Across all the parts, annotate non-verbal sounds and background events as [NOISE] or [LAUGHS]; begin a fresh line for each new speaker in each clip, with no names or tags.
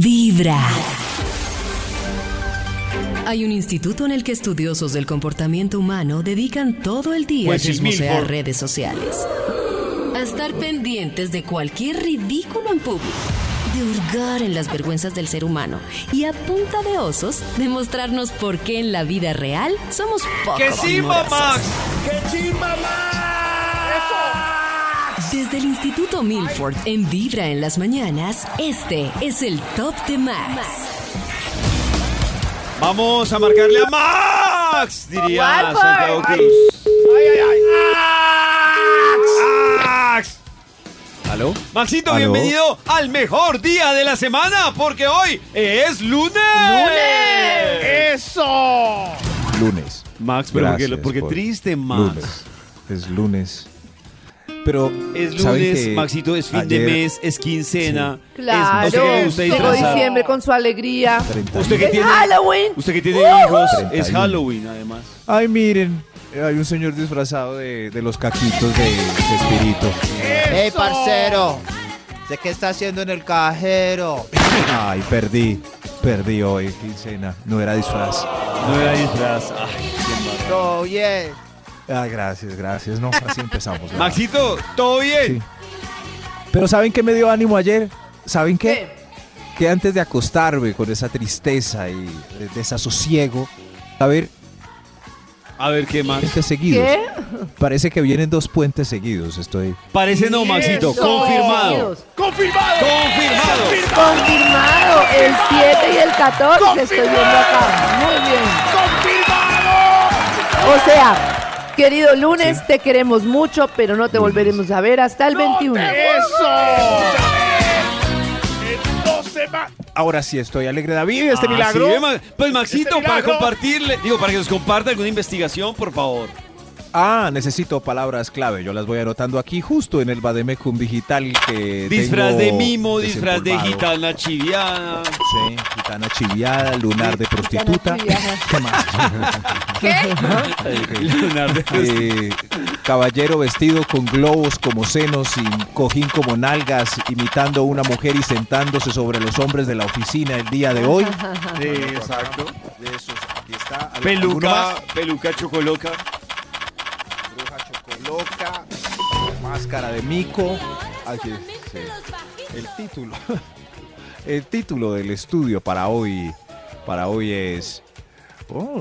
Vibra. Hay un instituto en el que estudiosos del comportamiento humano dedican todo el día
Pues
a
es
chismosear
Milford.
redes sociales. A estar pendientes de cualquier ridículo en público. De hurgar en las vergüenzas del ser humano. Y a punta de osos, demostrarnos por qué en la vida real somos poco
¡Que sí,
amorosos.
Max!
Desde el Instituto Milford, en Vibra en las mañanas, este es el Top de Max.
Vamos a marcarle a Max, diría
Walford.
Santiago Cruz. ¡Max!
¿Aló?
Maxito,
Aló.
bienvenido al mejor día de la semana, porque hoy es lunes. ¡Lunes!
¡Eso!
Lunes.
Max, pero porque,
Gracias
porque
por-
triste, Max.
Lunes. Es lunes. Pero.
Es
¿saben
lunes,
qué?
Maxito, es fin de
Ayer,
mes, es quincena.
Claro,
es, no sé qué le gusta
llegó
disfrazar.
diciembre con su alegría.
30
Usted que
¡Es
tiene,
Halloween!
usted que tiene hijos, es
31.
Halloween además.
Ay, miren. Hay un señor disfrazado de, de los caquitos de, de espirito.
¡Ey, parcero! Sé qué está haciendo en el cajero.
Ay, perdí. Perdí hoy, quincena. No era disfraz.
No era disfraz. Ay, qué embarrada.
Todo bien.
Ah, gracias, gracias. No,
[LAUGHS]
así empezamos. ¿verdad?
Maxito, ¿todo bien?
Sí. [LAUGHS] Pero ¿saben qué me dio ánimo ayer? ¿Saben qué? que antes de acostarme con esa tristeza y eh, desasosiego, a ver,
A ver, ¿qué más?
puentes seguidos.
¿Qué?
Parece que vienen dos puentes seguidos, estoy.
Parece no, Maxito.
Eso.
Confirmado.
Dios.
Confirmado.
Confirmado el 7 y el 14 estoy viendo acá. Muy bien. ¡Confirmado! O sea, querido lunes, te queremos mucho, pero no te volveremos a ver hasta el 21.
Ahora sí estoy alegre, David, este
Ah,
milagro.
sí, ve, Ma- pues Maxito,
Este
para
milagro.
compartirle, digo, para que nos comparta alguna investigación, por favor.
Ah, necesito palabras clave. Yo las voy anotando aquí justo en el Bademecum digital que
Disfraz
tengo
de mimo, disfraz de
desempolvado.
gitana chiviana.
Sí, gitana chiviada, lunar de prostituta.
chiviada.
¿Qué más?
[LAUGHS] Leonardo.
Eh, caballero vestido con globos como senos y cojín como nalgas, imitando a una mujer y sentándose sobre los hombres de la oficina el día de hoy.
exacto.
De esos, aquí está. ¿Al- alguno
Peluca,
más?
peluca chocoloca.
Bruja chocoloca, máscara de mico. Aquí, sí. El título. [LAUGHS] El título del estudio para hoy, para hoy es... Oh,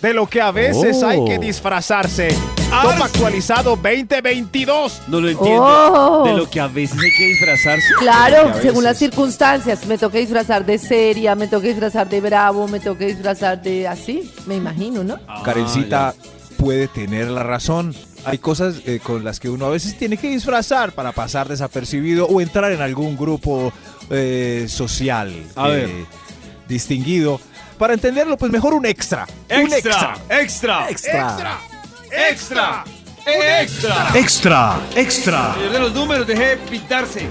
De lo que a veces hay que
Oh.
disfrazarse. Top actualizado 2022.
No lo entiendo.
Oh.
De lo que a veces hay que disfrazarse.
Claro,
veces-
según las circunstancias. Me toqué disfrazar de seria, me toqué disfrazar de bravo, me toqué disfrazar de así, me imagino, ¿no?
Ah,
Karencita
ya.
puede tener la razón. Hay cosas eh, con las que uno a veces tiene que disfrazar para pasar desapercibido o entrar en algún grupo eh, social
A
eh,
ver.
distinguido. Para entenderlo, pues mejor un extra. Un
Extra, extra,
Extra.
extra, extra. Extra,
Extra, extra.
Señor de los números, deje de pintarse.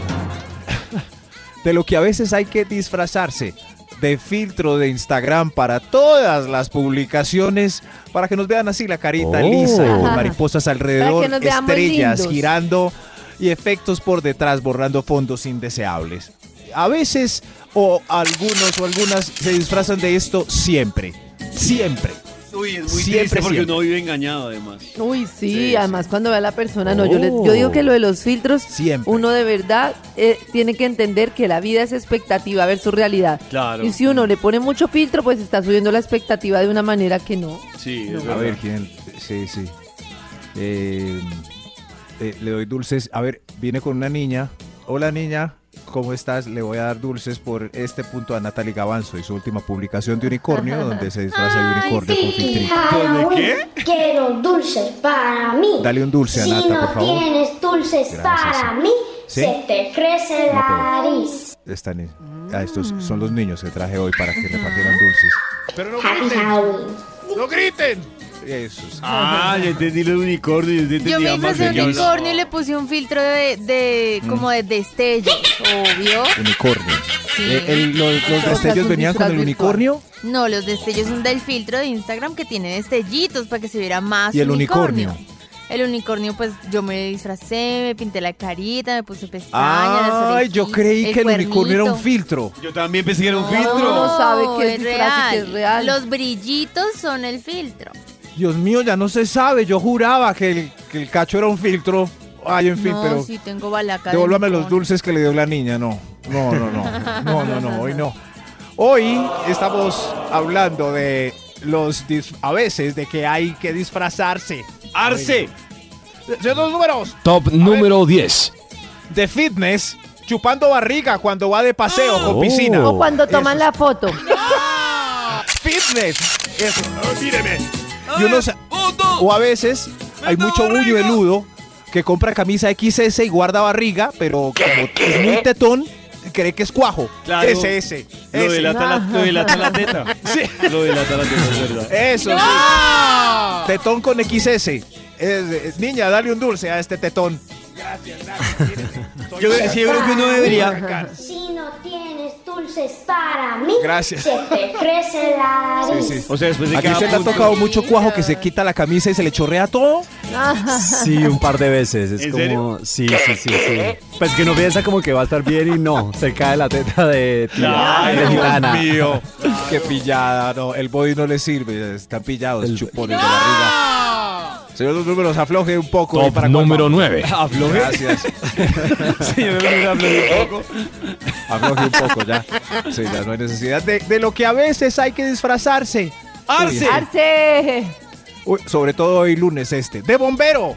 De lo que a veces hay que disfrazarse. De filtro de Instagram para todas las publicaciones. Para que nos vean así la carita lisa, con mariposas alrededor,
nos vean muy
estrellas
lindos.
girando y efectos por detrás borrando fondos indeseables. A veces, o algunos o algunas se disfrazan de esto siempre. Siempre.
Uy, es muy
Siempre,
triste porque
siempre.
uno vive engañado además.
Uy, sí,
Sí,
además cuando ve a la persona, no, yo, le- yo digo que lo de los filtros,
Siempre.
uno de verdad eh, tiene que entender que la vida es expectativa versus realidad.
Claro.
Y si uno le pone mucho filtro, pues está subiendo la expectativa de una manera que no.
Sí, es
A
verdad.
ver, ¿quién? Sí, sí. Eh, eh, le doy dulces. A ver, viene con una niña. Hola, niña. ¿Cómo estás? Le voy a dar dulces por este punto a Natalie Gavanzo y su última publicación de Unicornio, donde se disfraza de unicornio con filtrito.
Halloween.
qué?
Quiero dulces para mí.
Dale un dulce a
si
Nata,
no
por favor.
tienes dulces
Gracias.
para mí,
¿Sí?
se te crece
No,
la
pero-
nariz.
Están en- ah, estos son los niños que traje hoy para que le partieran dulces.
Pero no
Happy
griten.
Halloween.
No griten.
Esos.
Ah, ya entendí lo de unicornio. Yo, entendí
Yo me
ambas
disfrazé de
de qué hablaba.
unicornio y le puse un filtro de, de- como de destellos, obvio.
Unicornio.
Sí.
Eh, el- los, los
sea, es
destellos
un
venían con
disfraz
el
virtual.
unicornio
Pues, No, los destellos son del filtro de Instagram que tiene destellitos para que se viera más
y el unicornio.
El unicornio, pues yo me disfracé, me pinté la carita, me puse pestañas. las
Ay, yo
orejitas,
creí que el unicornio era un
cuernito.
filtro.
Yo también pensé que era un
No,
filtro.
sabe que es disfraz y que es real.
Los brillitos son el filtro.
Dios mío, ya no se sabe. Yo juraba que el, que el cacho era un filtro. Ay, en fin,
no,
pero
sí, tengo balaca. de
devuélvame los
unicornio.
dulces que le dio la niña. No, no, no, no. No, no, no, hoy no. Hoy
Estamos hablando de los dis- a veces de que hay que disfrazarse.
Arce.
Señor los números
Top número 10.
de fitness, chupando barriga cuando va de paseo con
Oh.
piscina.
O cuando toman la foto.
Fitness. Eso. míreme.
Y uno sa- o a veces hay mucho buño eludo que compra camisa XS y guarda barriga, pero como es muy tetón, cree que es cuajo.
Claro.
Ese, ese.
Lo
ese.
delata, la, lo delata la teta.
Sí.
Lo delata la teta, es verdad.
Eso. sí.
Tetón con XS.
Es- es- niña, dale un dulce a este tetón.
[LAUGHS]
Yo, sí, yo creo que uno debería.
Si no tienes dulces para mí,
Gracias.
se te crece la nariz.
O sea, después de
Aquí
cada
se le ha
punto-
tocado mucho cuajo que se quita la camisa y se le chorrea todo.
Sí, un par de veces. Es
¿En
como. Sí, sí, sí, sí. Pues que uno piensa como que va a estar bien y no. Se cae la teta de, tía,
Ay,
de gitana.
Dios mío.
Qué pillada, no. El body no le sirve. Están pillados,
El-
chupones de barriga. Señor, los números afloje un poco. ahí
Top
para
número
Juanma.
9.
Afloje. Gracias. [LAUGHS]
Señor, me hablé un poco.
Afloje un poco ya. Sí, ya no hay necesidad de, de lo que a veces hay que disfrazarse.
Arce.
¡Arce!
Uy, sobre todo hoy lunes este.
De bombero.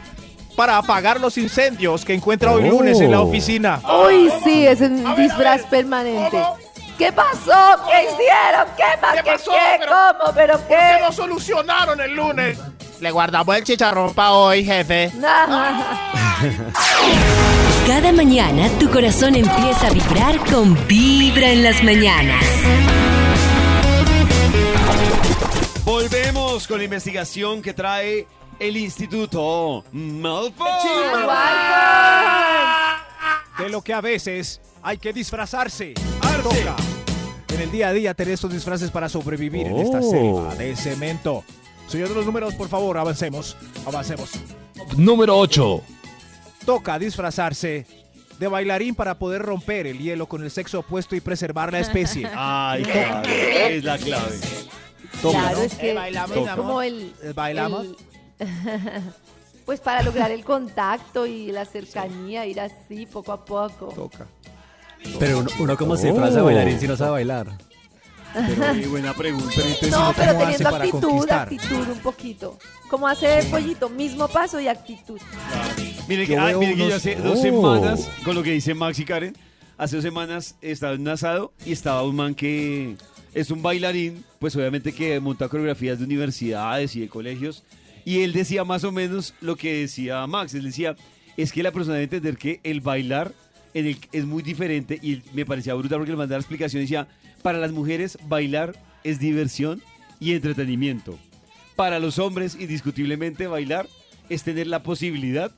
Para apagar los incendios que encuentra hoy lunes en la
Oh.
oficina.
Uy, sí, es un disfraz permanente. ¿Qué pasó? ¿Qué hicieron? ¿Qué más?
¿Qué
¿Qué,
pasó?
qué?
Pero-
¿Cómo? ¿Pero qué?
lo solucionaron el lunes?
Le guardamos el chicharrón para hoy, jefe.
Nah.
Cada mañana tu corazón empieza a vibrar con Vibra en las mañanas.
Volvemos con la investigación que trae el Instituto Malfoy.
De lo que a veces hay que disfrazarse.
Arce.
Toca. En el día a día tener estos disfraces para sobrevivir en esta
Oh.
selva de cemento. Señor de los números, por favor, avancemos. Avancemos.
Top número 8.
Toca disfrazarse de bailarín para poder romper el hielo con el sexo opuesto y preservar la especie.
Ay, claro, es la clave.
[LAUGHS] Claro, es que
Eh, bailamos,
es
mi amor.
como el... [LAUGHS]
Eh, bailamos.
el- pues para lograr el contacto y la cercanía, ir así poco a poco.
Toca.
Pero uno, uno como se disfraza de bailarín si no sabe bailar.
Pero, eh, buena pregunta.
No, pero
¿cómo hace
teniendo
para
actitud,
conquistar?
actitud un poquito. Como hace el pollito, mismo paso y actitud.
Miren que,
Yo
ah,
veo
miren que yo
unos-
hace dos
Oh.
semanas, con lo que dice Max y Karen, hace dos semanas estaba en un asado y estaba un man que es un bailarín, pues obviamente que monta coreografías de universidades y de colegios, y él decía más o menos lo que decía Max, él decía, es que la persona debe entender que el bailar en el- es muy diferente y él- me parecía brutal porque le mandaba la explicación y decía, para las mujeres bailar es diversión y entretenimiento. Para los hombres, indiscutiblemente, bailar es tener la posibilidad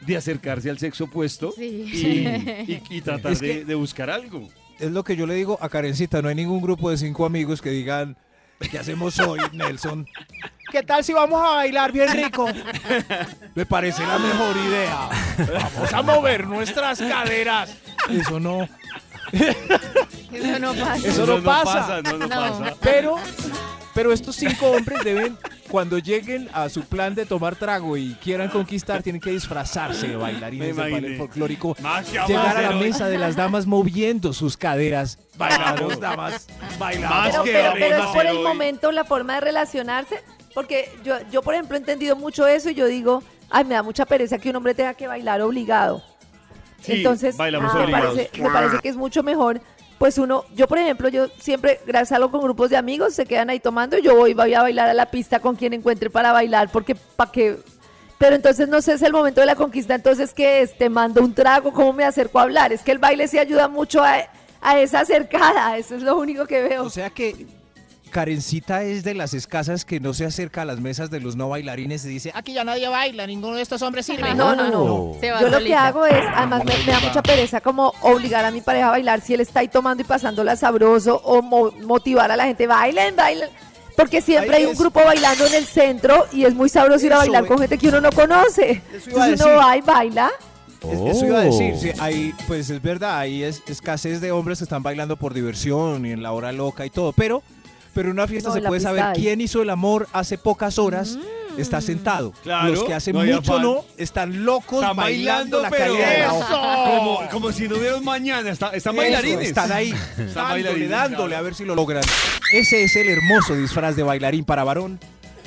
de acercarse al sexo opuesto
Sí.
y, y- y tratar
Es que-
de, de buscar algo.
Es lo que yo le digo a Karencita. No hay ningún grupo de cinco amigos que digan, ¿qué hacemos hoy, Nelson?
¿Qué tal si vamos a bailar bien rico?
[LAUGHS] Me parece la mejor idea.
Vamos a mover nuestras caderas.
Eso no.
Eso no pasa.
Eso no pasa.
no, no
No.
pasa.
Pero, pero estos cinco hombres deben, cuando lleguen a su plan de tomar trago y quieran conquistar, tienen que disfrazarse de bailarines
Me
del
imaginé.
baile folclórico.
Más que
Llegar a
vamos
la
a hacer
mesa de las damas moviendo sus caderas.
Bailamos,
damas.
Más
pero,
que
pero-
vamos
pero
a
es por
hacer
el
hoy.
momento la forma de relacionarse, porque yo, yo, por ejemplo, he entendido mucho eso y yo digo, ay, me da mucha pereza que un hombre tenga que bailar obligado.
Sí,
Entonces,
bailamos
me
obligados.
parece, me parece que es mucho mejor. Pues uno, yo por ejemplo, yo siempre gra- salgo con grupos de amigos, se quedan ahí tomando y yo voy, voy a bailar a la pista con quien encuentre para bailar, porque para que... Pero entonces no sé, es el momento de la conquista, entonces ¿qué es? Te mando un trago, ¿cómo me acerco a hablar? Es que el baile sí ayuda mucho a, a esa acercada, eso es lo único que veo.
O sea que Karencita es de las escasas que no se acerca a las mesas de los no bailarines y dice,
Aquí ya nadie baila, ninguno de estos hombres sirve.
No, no,
Oh.
no.
Se va
Yo lo que
solita.
hago es, además me, me da mucha pereza como obligar a mi pareja a bailar si él está ahí tomando y pasándola sabroso o mo- motivar a la gente, bailen, bailen. Porque siempre
Ahí
hay un
es.
grupo bailando en el centro y es muy sabroso ir a
Eso,
bailar
eh.
con gente que uno no conoce.
Eso
Entonces
iba a
uno
decir.
va y baila.
Es- Eso iba a decir,
Oh.
sí, hay, pues es verdad, hay es, escasez de hombres que están bailando por diversión y en la hora loca y todo, pero, pero en una fiesta
No,
se
en la
puede
pista
saber
hay.
quién hizo el amor hace pocas horas, está sentado.
Claro,
Los que hacen
no hay
mucho
afán.
no, están locos
Está bailando,
bailando, la
pero
calle de la hoja.
como, como si no hubiera un mañana. Está, están
Eso,
bailarines.
Están ahí, dándole,
bailarines,
dándole, a
claro.
ver si lo logran. Ese es el hermoso disfraz de bailarín para varón.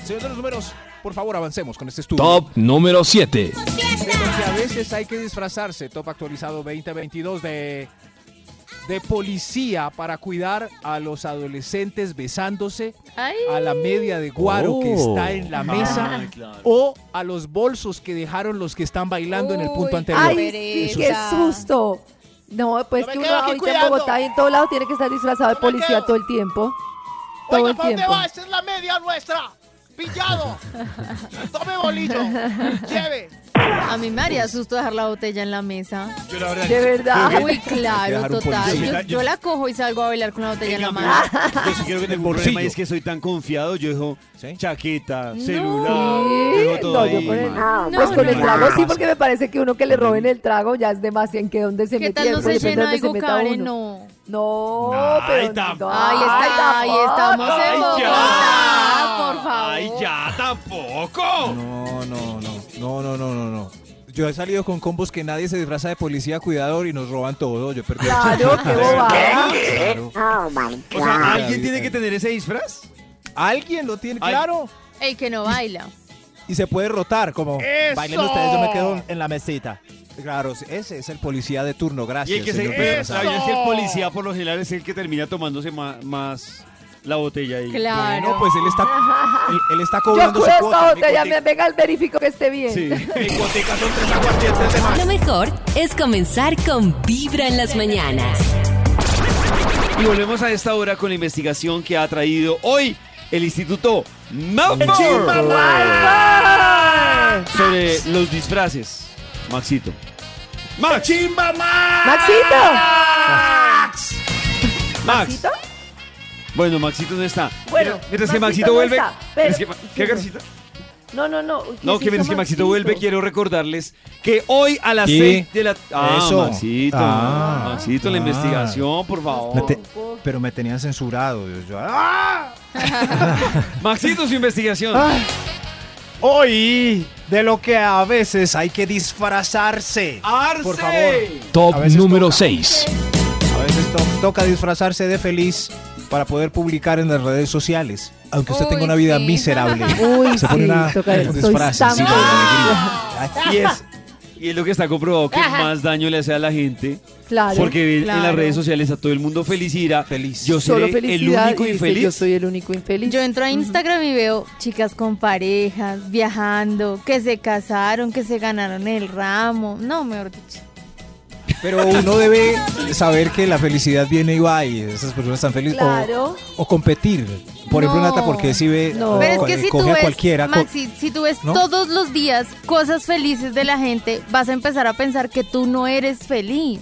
Señor de los números, por favor, avancemos con este estudio.
número 7.
De lo que a veces hay que disfrazarse. Top actualizado 2022 de, de policía para cuidar a los adolescentes besándose
Ay.
a la media de guaro que
Oh.
está en la mesa
Ay, claro.
o a los bolsos que dejaron los que están bailando en el punto
Uy,
anterior.
¡Ay, sí,
pereza.
qué susto! No, pues
Yo me
que uno
quedo aquí
ahorita en
cuidando.
Bogotá y en todos lados tiene que estar disfrazado de
Yo me
policía
quedo.
todo el tiempo. Todo
Oiga,
el
¿para dónde
tiempo.
va? Esa es la media nuestra. Pillado. Tome bolillo.
[LAUGHS]
Lleve.
A mí me haría susto dejar la botella en la mesa. Ah,
Yo la verdad
De verdad.
Uy, claro,
Dejar un
total.
policía.
Yo, yo la cojo y salgo a bailar con la botella en la
cambio,
mano.
Yo sí creo que tengo un
bolsillo.
problema y es que soy tan confiado. Yo dejo
¿Sí?
chaqueta,
No.
celular, dejo todo
No,
ahí.
yo con el,
man.
No,
pues con
Ah, no,
el
no.
trago sí, porque me parece que uno que le roben el trago ya es demasiado en que dónde se
[LAUGHS] ¿Qué tal
metieron,
no se
depende de
llena
dónde se
algo,
meta
Karen?
uno.
No.
No,
Ay,
pero.
tampoco.
Ahí está, ahí
tampoco.
estamos en
Ay, ya.
Bogotá, por favor.
Ay, ya tampoco.
No, no, no, no, no, no, no, no. Yo he salido con combos que nadie se disfraza de policía cuidador y nos roban todo. Yo perdí el [LAUGHS]
Claro,
chiste.
qué bobada.
Claro.
O sea, ¿alguien
David,
tiene que
David.
tener ese disfraz?
Alguien lo tiene,
Ay.
claro.
El que no baila.
y se puede rotar como
¡Eso!
bailen ustedes yo me quedo en la mesita claro sí, ese es el policía de turno
Y
gracias
el que se...
señor
Eso.
Pedrosa.
Y es que el policía, por lo general, es el que termina tomándose ma- más la botella ahí.
Claro.
Bueno, pues él está él, él está
Yo
cobrando
juro
su
esta
cuota
botella, me venga el verifico que esté bien.
pues, Sí.
Lo mejor es comenzar con Vibra en las mañanas.
Y volvemos a esta hora con la investigación que ha traído hoy el Instituto Malfoy sobre los disfraces. Maxito. Max.
Maxito.
Max.
¿Maxito?
Bueno, Maxito no está.
Bueno,
mientras que Maxito
Maxito no
vuelve.
está, pero-
es que Ma- ¿Qué, Garcita?
No, no, no. ¿qué
No,
es
que mientras
eso,
que Maxito vuelve, quiero recordarles que hoy a las
¿Qué?
6 de la Ah,
Eso.
Maxito.
Ah,
Maxito, la
ah.
investigación, por
Me
favor.
te-
Oh,
pero me tenían censurado yo- yo- ¡Ah!
Maxito, su investigación.
hoy de lo que a veces hay que disfrazarse
Arce.
Por favor.
Top
A veces
número
toca.
6.
a veces to- toca disfrazarse de feliz para poder publicar en las redes sociales aunque usted
Uy,
tenga una vida
sí.
miserable
[LAUGHS] Uy,
se pone
sí,
una
toca-
un
soy
disfraz
tan
sí, de alegría.
Y es, y es lo que está comprobado que más daño le hace a la gente.
Claro.
porque ven en las
claro.
redes sociales a todo el mundo feliz y dirá,
Feliz.
Yo
solo
seré el
felicidad.
único
y dice,
infeliz.
Yo soy el único infeliz.
Yo entro a Instagram y veo chicas con parejas, viajando, que se casaron, que se ganaron el ramo. No, mejor dicho.
Pero uno debe saber que la felicidad viene y va y esas personas están felices. o-
Claro.
O, competir. Por ejemplo,
No.
Nata, porque si ve,
No.
o
Pero es
cual-
que si tú
coge a
ves,
cualquiera. co-
Maxi, si tú ves
¿no?
todos los días cosas felices de la gente, vas a empezar a pensar que tú no eres feliz.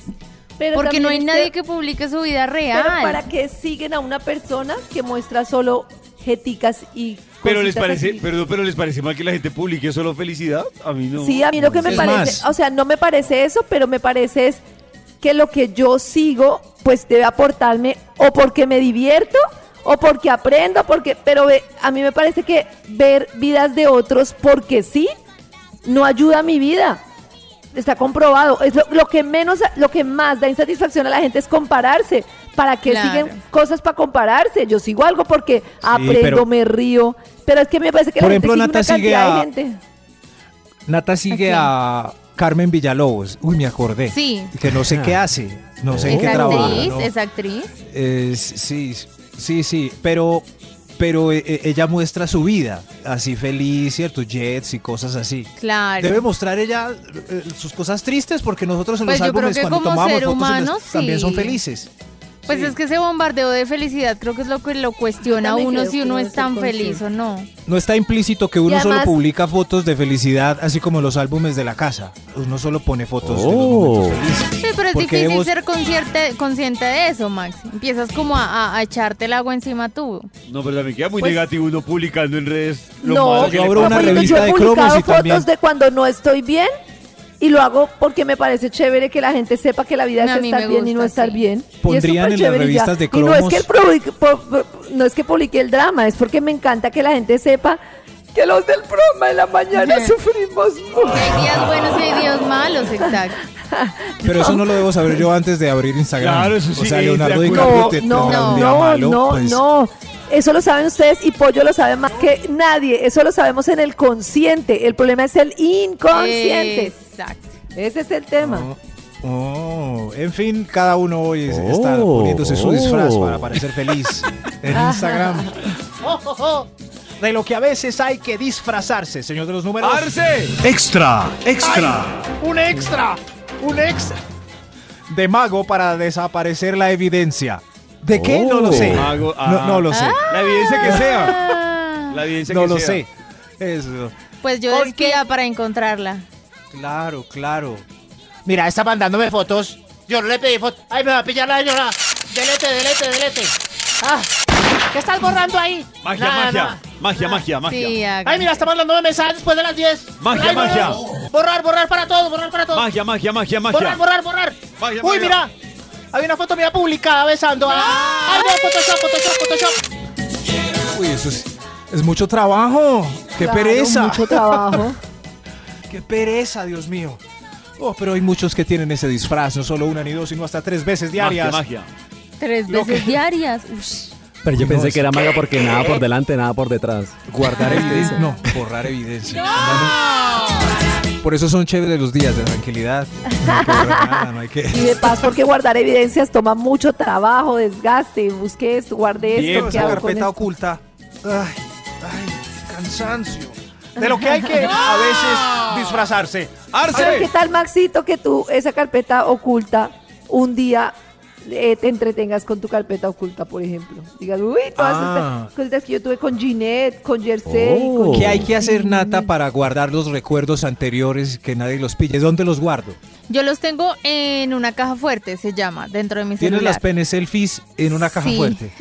Pero
porque no hay
también es
nadie que publique su vida real.
Pero para qué siguen a una persona que muestra solo jeticas y
Pero les
cositas
parece,
así?
perdón, pero les parece mal que la gente publique solo felicidad? A mí no.
Sí, a mí lo que me
Es
parece,
más.
o sea, no me parece eso, pero me parece es que lo que yo sigo, pues debe aportarme o porque me divierto o porque aprendo, porque, pero ve- a mí me parece que ver vidas de otros porque sí no ayuda a mi vida. Está comprobado. Es lo, lo que menos, lo que más da insatisfacción a la gente es compararse. ¿Para qué
Claro.
siguen cosas para compararse? Yo sigo algo porque aprendo,
pero-
me río. Pero es que me parece que
Por
la
ejemplo,
gente
Nata
sigue una
sigue
cantidad de
a-
gente.
Nata sigue
¿A quién?
a Carmen Villalobos. Uy, me acordé.
Sí.
Que no sé
Ah.
qué hace. No sé en
es
qué trabaja.
actriz,
¿no?
es actriz.
Eh, sí, sí, sí, pero, pero eh, eh, ella muestra su vida, así feliz, ¿cierto? Jets y cosas así.
Claro.
Debe mostrar ella eh, sus cosas tristes porque nosotros en
Pues
los
yo creo
álbumes
que
cuando
como
tomamos
ser
fotos en
humano,
los- también son
sí.
felices.
Pues es que ese bombardeo de felicidad creo que es lo que lo cuestiona a
también
uno
creo
si
que
uno
uno
es
es
tan
subconsciente.
feliz o no.
No está implícito que uno
Y además-
solo publica fotos de felicidad, así como los álbumes de la casa. Uno solo pone fotos de los
Oh.
momentos felices.
Sí, pero es
Porque
difícil
debemos-
ser consciente, consciente de eso, Max. Empiezas como a, a- a echarte el agua encima tú.
No, pero también queda muy
Pues-
negativo uno publicando en redes lo
No,
malo que
yo
le
abro
pasa.
una
Pablito,
revista
yo he
de cromos y
publicado fotos
también-
de cuando no estoy bien y lo hago porque me parece chévere que la gente sepa que la vida
A
es
mí
estar
me
bien y
gusta,
no estar
sí.
bien. Y es
Pondrían
súper
en las
chévere y ya.
revistas de
Y no es que, el
cromos.
provi- po- po- no es que publique el drama, es porque me encanta que la gente sepa que los del programa de la mañana
Ujú.
sufrimos mucho.
Hay días buenos y hay días malos, exacto.
[LAUGHS]
Pero eso no lo debo saber yo antes de abrir Instagram.
Claro, eso
O
sí,
sea,
es de
Leonardo
acuerdo.
DiCaprio
No,
te
no,
tendrá un
no,
día
no,
malo,
no,
pues,
no. Eso lo saben ustedes y Pollo lo sabe más que nadie. Eso lo sabemos en el consciente. El problema es el inconsciente.
Exacto.
Ese es el tema.
Oh, oh. en fin, cada uno hoy es- está
Oh,
poniéndose su
oh.
disfraz para parecer feliz en Instagram.
Oh, oh, oh.
De lo que a veces hay que disfrazarse, señor de los números.
Un extra. Un extra.
De mago para desaparecer la evidencia. ¿De qué? No lo
Oh.
sé.
Mago,
No,
ah.
no lo sé.
La evidencia que sea.
Ah,
La evidencia
No
que
lo
sea.
sé. Eso.
Pues yo
¿Por
desquía para encontrarla.
Claro, claro.
Mira, está mandándome fotos. Yo no le pedí fotos. Ay, me va a pillar la señora. Delete, delete, delete. Ah, ¿Qué estás borrando ahí?
Magia,
Nada,
magia,
nada.
magia, magia, magia.
Sí, haga.
Ay, mira, está mandándome mensajes después de las 10.
Magia,
Ay, no, no,
magia.
no. Borrar, borrar para todo, borrar para todo.
Magia, magia, magia, magia.
Borrar, borrar, borrar.
Magia,
Uy,
magia.
mira. Había una foto mía publicada besando. a- Ay, no, Photoshop, Photoshop, Photoshop.
Uy, eso es, es mucho trabajo. ¡Qué
Claro,
pereza!
Mucho trabajo.
¡Qué pereza, Dios mío! Oh, pero hay muchos que tienen ese disfraz, no solo una ni dos, sino hasta tres veces diarias.
Magia, magia.
Tres
Lo
[LAUGHS]
veces diarias. Ush.
Pero yo
Uy,
pensé
no,
que era maga porque nada por delante, nada por detrás. [LAUGHS]
Guardar evidencia. No, borrar evidencia. Por eso son chéveres los días de tranquilidad. No hay que borrar nada, no hay
[LAUGHS]
que-
[LAUGHS] Y de paz, porque guardar evidencias toma mucho trabajo, desgaste. Busque esto, guarde esto.
Bien,
¿qué
Esa
hago con
carpeta
esto?
oculta. Ay, ay, cansancio. De lo que hay que a veces disfrazarse.
Pero qué
¡Arce!
tal, Maxito, que tú esa carpeta oculta un día eh, te entretengas con tu carpeta oculta, por ejemplo. Digas, uy, todas
Ah.
estas cositas que yo tuve con Ginette, con Jersey,
Oh.
con
¿Qué hay que hacer, Nata, para guardar los recuerdos anteriores que nadie los pille? ¿Dónde los guardo?
Yo los tengo en una caja fuerte, se llama, dentro de mi
Tienes
celular.
las penes selfies en una caja
Sí.
fuerte.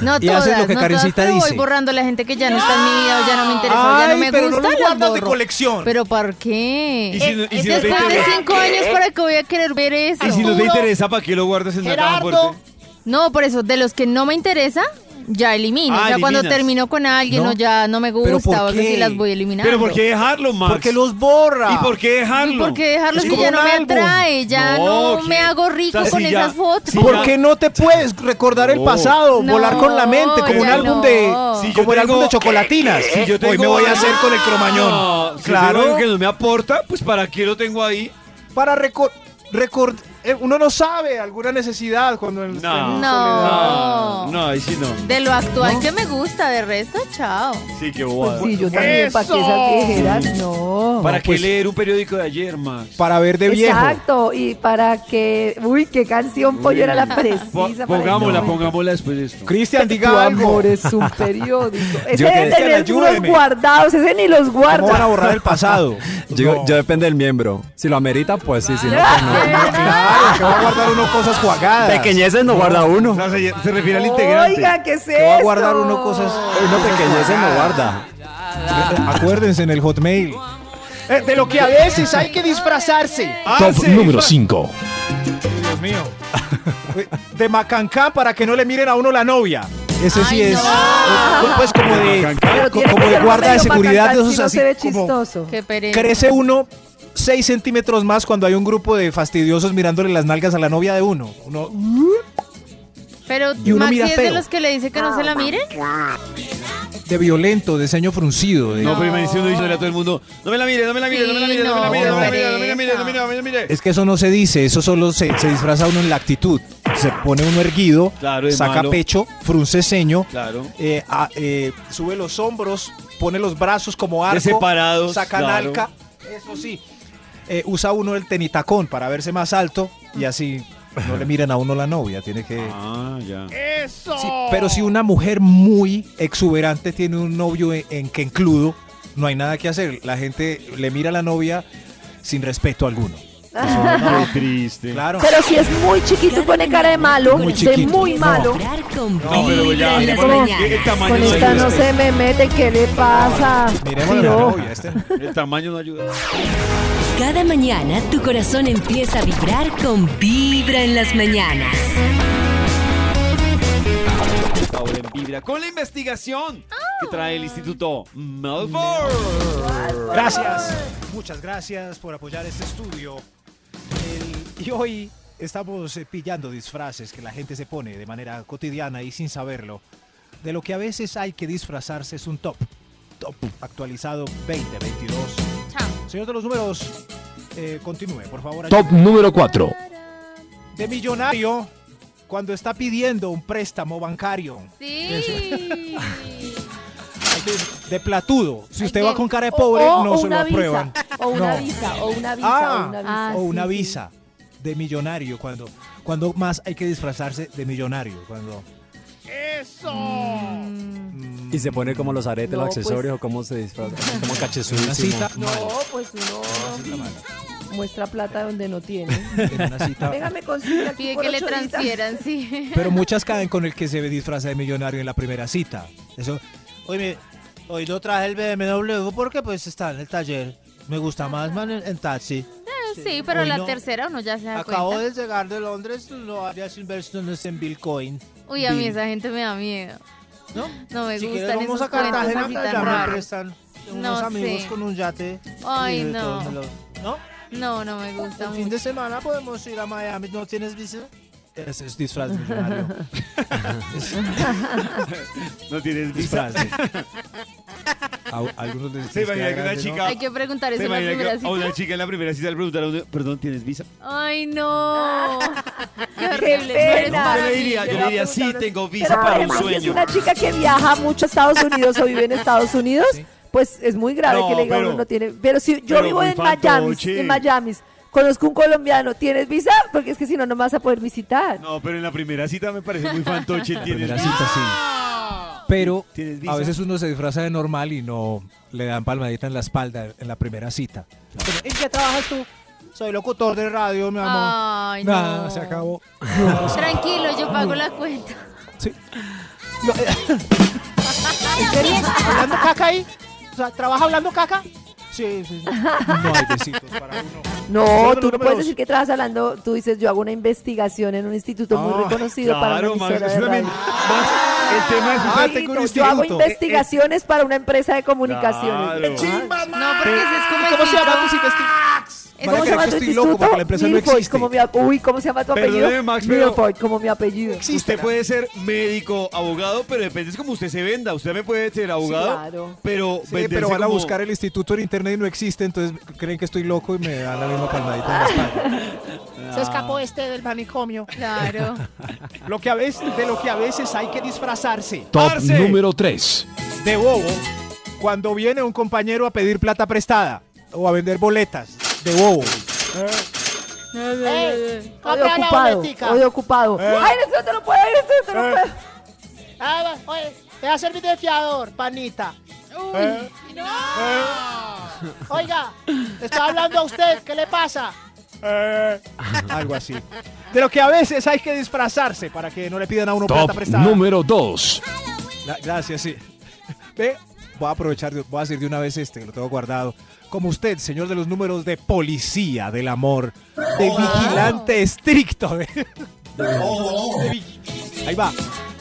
No
Y haces
todas,
lo que
no
Karencita
todas, pero voy
dice.
borrando la gente que ya no está en mi vida o ya no me interesa, o ya no
Ay,
me
pero no
gusta,
lo
las
guardas de
borro.
colección.
¿Pero por qué? Eh,
¿Y si no- y si no te
Después de
interesa?
este cinco años, ¿para qué voy a querer ver eso?
Y si no te
Arturo,
interesa, ¿para qué lo guardas en la caja
Gerardo.
fuerte?
No, por eso, de los que no me interesa, ya elimino.
Ah,
o sea, cuando
eliminas.
termino con alguien
No.
o ya no me
¿Pero por
gusta o algo así,
qué?
las voy eliminando.
Pero ¿por qué dejarlo, Max?
Porque los borra.
¿Y por qué dejarlo?
¿Y por qué dejarlo
Es
si
como
ya
un
no me
álbum.
atrae? Ya no,
No, que-
me hago rico
o sea,
con
si ya-
esas fotos.
si ya-
Porque no te puedes recordar el
No.
pasado,
No,
volar con la mente, como un
ya
álbum
no.
de
Si
yo
como el
tengo- Eh,
álbum de chocolatinas.
Si yo
eh, Hoy
tengo
me voy a
algo-
hacer con el cromañón.
Ah, si
claro.
tengo algo que no me aporta, pues ¿para qué lo tengo ahí?
Para recordar. uno no sabe alguna necesidad cuando el,
No.
No.
No, no, ahí sí no.
De lo actual que me gusta, de resto, chao.
Sí, qué
Pues
bobada.
sí, yo también, ¿para qué esas viejeras? No.
¿Para
No,
qué
pues-
leer un periódico de ayer, Max?
para ver de viejo.
Exacto, y para que. Uy, qué canción, Pollo, era la
Po-
precisa. para
pongámosla,
eso.
pongámosla después de esto.
[LAUGHS] Cristian,
Tu
diga algo.
amor es un periódico. Ese
Yo que-
debe tener
Cristian,
unos
ayúdeme.
guardados, ese ni los
¿Cómo van a
guarda.
borrar el pasado?
[LAUGHS] Yo,
No.
yo depende del miembro. Si lo amerita, pues sí, si no, pues no.
[LAUGHS] Claro, que va a guardar uno cosas jugadas.
Pequeñeces no guarda uno.
No, se, se refiere al integrante.
Oiga, ¿qué es
Que va a
esto?
guardar uno cosas.
Uno pequeñeces no guarda.
Acuérdense en el hotmail.
Eh, de lo que a veces hay que disfrazarse.
Arce.
Ah,
5.
Dios mío. De Macancán para que no le miren a uno la novia. Ese sí
Ay,
es.
no.
Pues como de,
Pero
co-
tiene que
como de
ser
guarda de
medio
seguridad,
bacán,
de esos
si no
así.
se ve
como
chistoso.
Qué pereza.
crece uno 6 centímetros más cuando hay un grupo de fastidiosos mirándole las nalgas a la novia de uno. Uno-
Pero
Y uno
Maxi
mira
es de
feo.
los que le dice que no se la miren.
Ah,
de violento, de ceño fruncido. de-
No, pero imagínese uno diciéndole a todo el mundo, no me la mire, no me la mire, no me la mire, no me la mire, no me la mire, no me la mire, no me la mire, no me la mire.
Es que eso no se dice, eso solo se, se disfraza uno en la actitud. Se pone uno erguido,
Claro, de
saca
malo.
pecho, frunce ceño,
Claro.
eh,
ah,
a- eh, sube los hombros, pone los brazos como
De
arco,
separados,
saca
claro.
nalca, eso sí. Eh, usa uno el tenitacón para verse más alto y así
No le miran a uno la novia, tiene que...
Ah, ya.
¡Eso!
Sí,
Ah.
pero si una mujer muy exuberante tiene un novio en, en que encludo, no hay nada que hacer. La gente le mira a la novia sin respeto alguno.
Qué triste.
Claro.
Pero si es muy chiquito y pone cara de malo,
Muy
de
chiquito.
muy
No.
malo.
Vibrar con
No, pero
vibra
ya.
en las
ya, bueno,
mañanas.
el tamaño
Con
no
esta
ayuda.
no se me mete, ¿qué le pasa?
Miremos a la
Tiro.
novia. Este.
El tamaño no ayuda.
Cada mañana tu corazón empieza a vibrar con vibra en las mañanas.
Ahora en Vibra con la investigación que trae el Instituto Malfour.
Gracias, muchas gracias por apoyar este estudio. El- y hoy estamos eh, pillando disfraces que la gente se pone de manera cotidiana y sin saberlo. De lo que a veces hay que disfrazarse es un top. Top actualizado 2022. Señor de los números, eh, continúe, por favor. Top número 4. De millonario, cuando está pidiendo un préstamo bancario.
Sí.
De platudo. Si usted
Ay,
va
de-
con cara de
O-
pobre,
o-
no
o
se lo
una visa,
aprueban.
O una
No.
visa, o una visa,
Ah.
o una visa.
Ah,
o
sí,
una
sí.
visa de millonario cuando cuando más hay que disfrazarse de millonario cuando
Mm,
mm,
Y se pone como los aretes,
No,
los
pues.
accesorios, o cómo se disfraza, como
en una
cachezudo.
cita
No,
mal,
pues uno muestra plata donde no tiene.
en una cita-
Venga, me consigue aquí
[LAUGHS] Pide
por
que le
ocho horitas.
transfieran,
[LAUGHS]
sí.
pero muchas caen con el que se disfraza de millonario en la primera cita eso
Hoy, me, hoy no traje el BMW porque pues está en el taller. Me
Ah.
gusta más man en, en taxi.
Sí, pero
Hoy
la
no.
tercera uno ya se da
Acabo
cuenta.
de llegar de Londres, no harías inversiones en Bitcoin.
Uy, a mí
Bill.
esa gente me da miedo.
¿No?
No me
si quieres
gustan
vamos
esos
a
cuentos
Cartagena,
así
que allá
tan
me
raros.
prestan
No
unos
sé.
amigos con un yate. y
Ay,
de todo
no.
me lo- ¿No?
No, no me gusta
El fin
mucho.
de semana podemos ir a Miami. ¿No tienes visa?
ese es disfraz
[LAUGHS]
de millonario
No tienes visa.
disfraz A- algunos les-
Se
les
imagina
queda
que una
grande, ¿no?
chica.
Hay que preguntar eso
Se
en la
imagina
primera
Ah, que a una
cita.
chica en la primera cita le preguntaron, perdón, ¿tienes visa?
[LAUGHS]
Ay, no. Qué horrible. No
pena.
eres para
Yo le
mí.
diría, yo le diría, sí, tengo visa
Pero, por
para un
ejemplo, si es
sueño.
una chica que viaja mucho a Estados Unidos o vive en Estados Unidos, pues es muy grave
No,
que le diga
pero-
uno no tiene. Pero si yo
pero
vivo
muy
en Miami,
fantoche.
en Miami, conozco un colombiano, ¿tienes visa? Porque es que si no, no me vas a poder visitar.
No, pero en la primera cita me parece muy fantoche. ¿Tienes
primera
visa?
cita sí
¡Ah!
pero
¿Tienes visa?
a veces uno se disfraza de normal y no le dan palmadita en la espalda en la primera cita
¿En qué trabajas tú? Soy locutor de radio, mi amor.
Ay, no.
Nada, se acabó
Tranquilo, yo pago la cuenta.
Sí.
¿En serio? ¿Hablando caca ahí? O sea, ¿trabaja hablando caca? Sí, sí. sí.
no hay besitos para uno
No,
Solo
tú no
números.
puedes decir que trabajas hablando. Tú dices, yo hago una investigación en un instituto muy reconocido para
Ah, Claro,
una
Max,
emisora
eso
de
también.
radio.
Max, el tema es
Ay,
usted con este
no,
un
yo hago
instituto. Eh,
investigaciones para una empresa de comunicaciones.
No, porque ese es como el
¿Cómo se
filtro.
llama tu
Ese
Van a
es
¿Cómo se
creer
llama
que
tu
estoy loco
instituto?
porque la empresa no
Milford,
existe.
como mi ap- uy, ¿cómo se llama tu
Perdóneme,
apellido?
Max, pero-
Milford, como mi apellido.
Usted puede ser médico, abogado, pero depende es como usted se venda. Usted me puede ser abogado,
claro.
pero
Sí,
venderse
pero van a
Pues como-
buscar el instituto en internet y no existe, entonces creen que estoy loco y me dan la misma palmadita en la espalda.
[LAUGHS] Se
Ah.
escapó este del manicomio.
[LAUGHS]
Claro.
Lo que a veces, de lo que a veces hay que disfrazarse.
Top número
3. De bobo, cuando viene un compañero a pedir plata prestada o a vender boletas. De bobo.
¡Ey!
Hoy
compra la
ocupado,
boletica.
hoy ocupado.
Eh.
Ay, no, tú no puedes, no, tú no puedes.
Ah, va, oye, te va a servir de fiador, panita.
Uy, no.
Eh, Oiga, le está hablando a usted, ¿qué le pasa?
Eh, Algo así. De lo que a veces hay que disfrazarse para que no le pidan a uno plata prestada.
número 2.
Gra- gracias, sí. Ve, voy a aprovechar, de- voy a decir de una vez este, que lo tengo guardado. Como usted, señor de los números de policía del amor, de vigilante estricto. de- de vi- ahí va.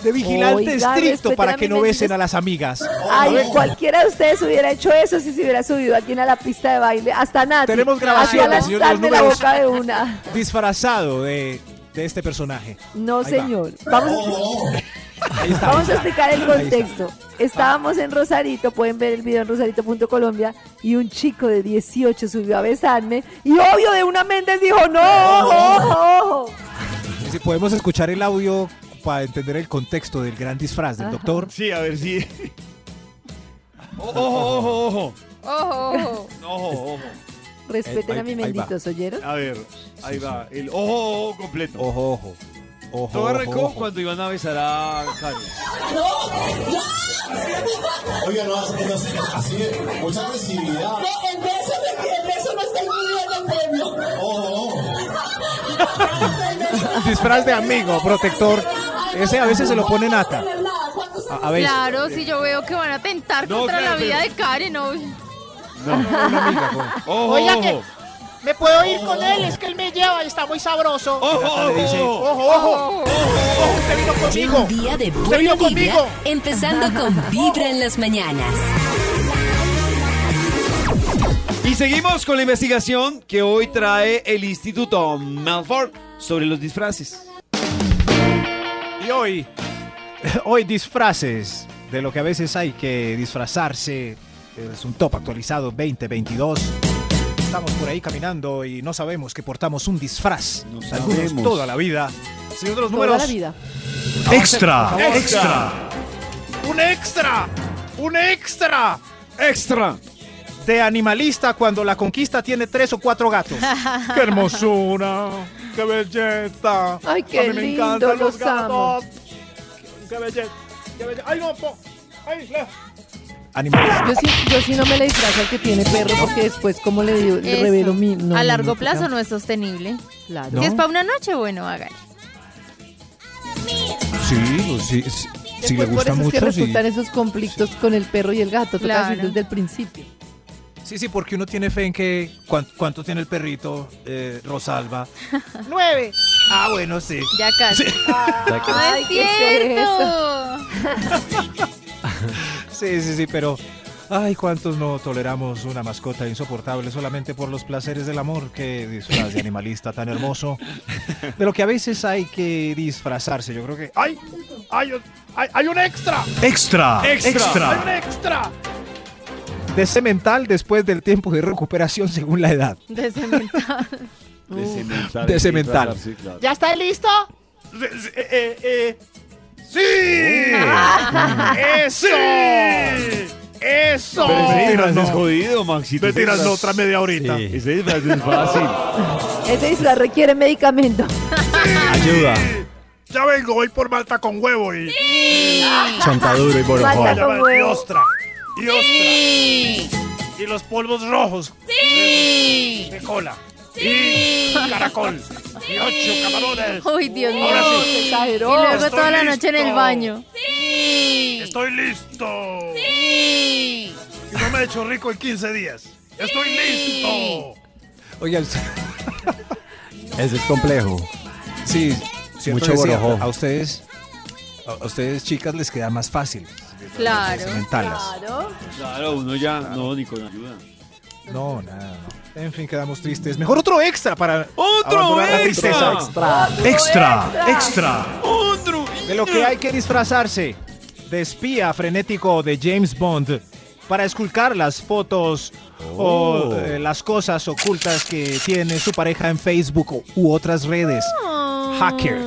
De vigilante
Oiga,
estricto
respeten
para
a
que
mi
no besen
mensaje.
a las amigas. A ver,
Ay, cualquiera de ustedes hubiera hecho eso si se hubiera subido alguien a la pista de baile. Hasta nada.
Tenemos
grabación.
grabaciones,
Hasta
señor de los
lanzarme la
números.
boca de una.
disfrazado de, de este personaje.
No,
Ahí va.
señor. Vamos,
Ahí está,
vamos a
ahí está.
explicar
Ahí
el
está.
contexto. Estábamos en Rosarito, pueden ver el video en rosarito.colombia, y un chico de 18 subió a besarme, y obvio de una Méndez dijo, no, ojo, ojo".
Y Si podemos escuchar el audio para entender el contexto del gran disfraz del doctor.
Sí, a ver si.
[LAUGHS]
ojo, ojo, ojo.
Ojo, ojo.
Ojo, ojo.
Respeten
Eh,
a mis
ahí- ahí va.
benditos, ¿oyeron?
A ver, ahí va. El ojo, ojo completo.
Ojo, ojo. Ojo,
Todo
ojo,
arrancó
ojo.
cuando iban a besar a Karen.
Oiga, no, así, no, así, mucha agresividad.
El beso, el beso no está incluido en el premio.
Disfraz de amigo, protector. Ese a veces se lo pone Nata. A, a veces.
Claro, si yo veo que van a atentar
Pues, eh, No,
contra
claro,
la vida
pero-
de Karen, no.
Ojo,
Oiga, Oh.
ojo.
que me puedo ir con él, es que él me lleva y está muy sabroso.
Ojo,
Le dice, ojo, ojo, ojo, ojo, usted vino conmigo.
Un día de
Usted vino
buena vibra,
conmigo.
empezando con Vibra en las mañanas.
Y seguimos con la investigación que hoy trae el Instituto Malford sobre los disfraces.
Y hoy, [LAUGHS] hoy disfraces de lo que a veces hay que disfrazarse. Es un top actualizado 2022. Estamos por ahí caminando y no sabemos que portamos un disfraz. Algunos
sabemos.
toda la vida. Señor de los
Toda
números.
la vida.
Extra, extra.
Un extra, un extra.
Extra.
De animalista cuando la conquista tiene tres o cuatro
[LAUGHS]
gatos. ¡Qué hermosura! ¡Qué belleza!
Ay, qué
A mí me
lindo,
encantan los
los amo.
gatos. ¡Qué belleza! ¡Qué belleza! ¡Ay, no! po- ¡Ay, le-
Yo sí, yo sí no me le disfrazo al que tiene perro porque después, ¿cómo le, digo- le
Eso.
revelo mi. no,
a
no,
largo
no,
plazo
no.
no es sostenible.
Claro.
Si es para una noche, bueno, hágale.
Sí, pues, sí, sí, si le
Después,
gusta
por eso
mucho,
es que
sí.
resultan esos conflictos con el perro y el gato. Toca
Claro.
decir desde el principio.
Sí, sí, porque uno tiene fe en que. ¿cuán- ¿Cuánto tiene el perrito, eh,
[LAUGHS]
Rosalba?
Nueve.
Ah, bueno, sí.
Ya casi. [LAUGHS] No
Ay,
es
¿qué es
cierto.
Sí, sí, sí, pero. Ay, cuántos no toleramos una mascota insoportable solamente por los placeres del amor. Qué disfraz de animalista tan hermoso. De lo que a veces hay que disfrazarse. Yo creo que.
Ay, ay, ay, hay un extra.
¡Extra!
Hay un extra.
De semental después del tiempo de recuperación según la edad.
Desmental.
De cemental.
De semental.
Sí, claro.
¿Ya está listo? Eh, eh,
Ah.
eh. ¡Sí! ¡Eso! ¡Eso!
Pero ese disfraz es jodido, Maxito.
Me tiras
Ese-
otra media horita.
Ese disfraz no es fácil.
Ese disfraz requiere medicamento.
Ayuda.
Ya vengo, voy por Malta con huevo y.
Chontaduro y
Falta
borojón.
con
y
huevo.
ostra. Y ostra. Y los polvos rojos. De cola. Y caracol. Y ocho camarones.
Uy, Dios mío.
Ahora sí.
Se
Y
exageró.
luego
Estoy
toda la noche en el
listo.
baño.
Estoy listo. Y no me he hecho rico en 15 días. Estoy listo.
Oiga, el-
[LAUGHS] Ese es complejo.
sí, siempre
Mucho
decía,
borojó.
A ustedes, a a ustedes chicas les queda más fácil.
Claro.
Mentalas.
Claro.
Claro, uno ya. No, ni con ayuda.
No, nada. no. En fin, quedamos tristes. Mejor otro extra para
¡Otro
abandonar la
extra!
tristeza. extra, extra.
¡Otro!
De lo que hay que disfrazarse. De espía frenético de James Bond para esculcar las fotos o eh, las cosas ocultas que tiene su pareja en Facebook u otras redes. Hacker.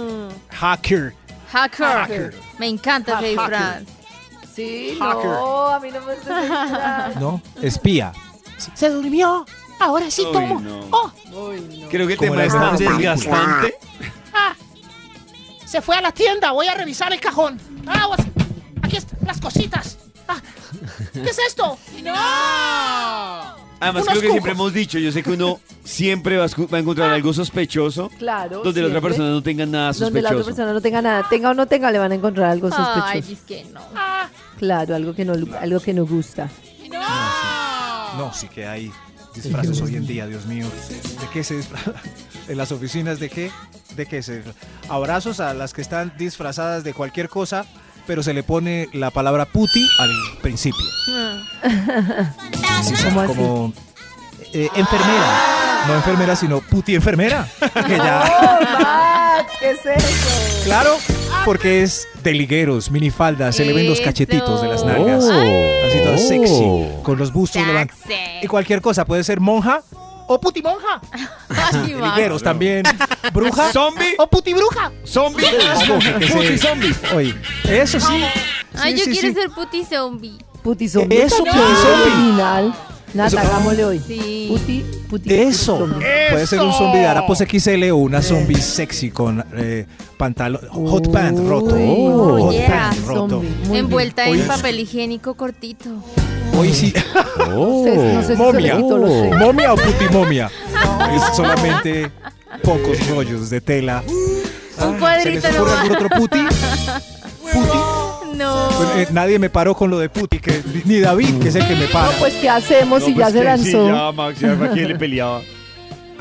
Hacker.
Hacker.
Hacker.
Me encanta ese disfraz.
Sí,
Hacker.
no, a mí no me gusta ese disfraz.
¿No? Espía.
Se durmió. Ahora sí
Uy,
tomo.
no.
Oh,
Uy, no.
Creo que el
Como
tema
la
es tan
mejor película.
desgastante.
ah. Se fue a la tienda. Voy a revisar el cajón. Ah, what- aquí están las cositas. Ah, ¿Qué es esto? ¡No!
Además,
Unos
creo que siempre
cujos.
hemos dicho, yo sé que uno siempre va a escu- va a encontrar algo sospechoso
Claro.
donde la otra
siempre.
persona no tenga nada
Donde la otra
sospechoso.
persona no tenga nada, tenga o no tenga, le van a encontrar algo
Ay,
sospechoso.
es que no.
Ah,
Claro, algo que no, algo que no gusta.
No, sí que hay disfraces hoy en día, Dios mío. ¿De qué se disfrazan? [LAUGHS] ¿En las oficinas de qué? ¿De qué se disfra- Abrazos a las que están disfrazadas de cualquier cosa, pero se le pone la palabra puti al principio. Sí, sí,
¿Cómo así?
Como
eh, enfermera. No enfermera, sino puti enfermera. [LAUGHS] Que ya-
¡Oh, Max! ¿Qué es eso?
claro, porque es de ligueros, minifaldas, se le ven los
Eso.
cachetitos de las nalgas.
Oh.
Oh.
Ay.
Así todo sexy,
Oh.
con los bustos levantados. Y cualquier cosa, puede ser monja,
¡O putimonja!
[LAUGHS]
Ay, Max.
ligueros también,
[LAUGHS]
bruja.
¿Zombie?
¡O putibruja!
¿Zombie?
que se-
¡Puti zombie!
Oye, eso sí.
Ay,
Sí,
yo
sí,
quiero
sí.
ser puti zombie.
Putizombie.
Eso,
tan
putizombie.
original. Nada, hagámosle hoy. Puti, puti.
Eso. Puede ser un zombie de Arapos XL o una zombie sexy con eh, pantalón, hot pant roto.
Oh,
hot
yeah.
pant roto.
Envuelta
Hoy-
en papel higiénico cortito.
Hoy sí.
Se- no sé si se
momia.
le quitó, lo sé.
Momia o putimomia. Es solamente pocos rollos de tela. Ah,
Un
¿se
cuadrito
les ocurre
nomás.
algún otro puti?
No.
Bueno, eh, nadie me paró con lo de puti, que, ni David, que es el que me para.
No, pues, ¿qué hacemos si ya se lanzó?
Sí, ya, Max, ya, ¿a quién le peleaba?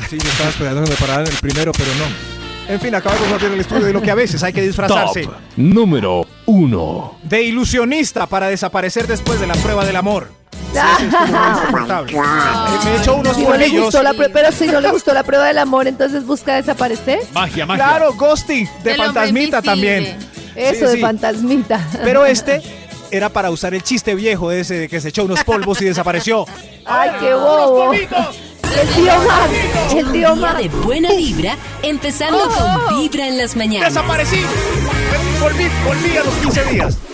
Sí, yo estaba esperando que me pararan el primero, pero no. En fin, acabo de compartir el estudio de lo que a veces hay que disfrazarse.
número 1.
De ilusionista para desaparecer después de la prueba del amor. Sí, eso estuvo muy
[LAUGHS]
insoportable. Eh, Me he hecho unos
Si no le
bolillos.
gustó la prueba, pero si no le gustó la prueba del amor, entonces busca desaparecer.
Magia,
magia. Claro, ghosting, de
Del hombre
fantasmita también.
Eso
Sí,
de
sí.
fantasmita.
Pero este era para usar el chiste viejo ese de que se echó unos polvos y desapareció.
Ay, qué bobo. El tío Max, el tío
Día
Max.
de buena vibra,
Oh.
empezando con Vibra en las mañanas.
Desaparecí. Volví, volví a los 15 días.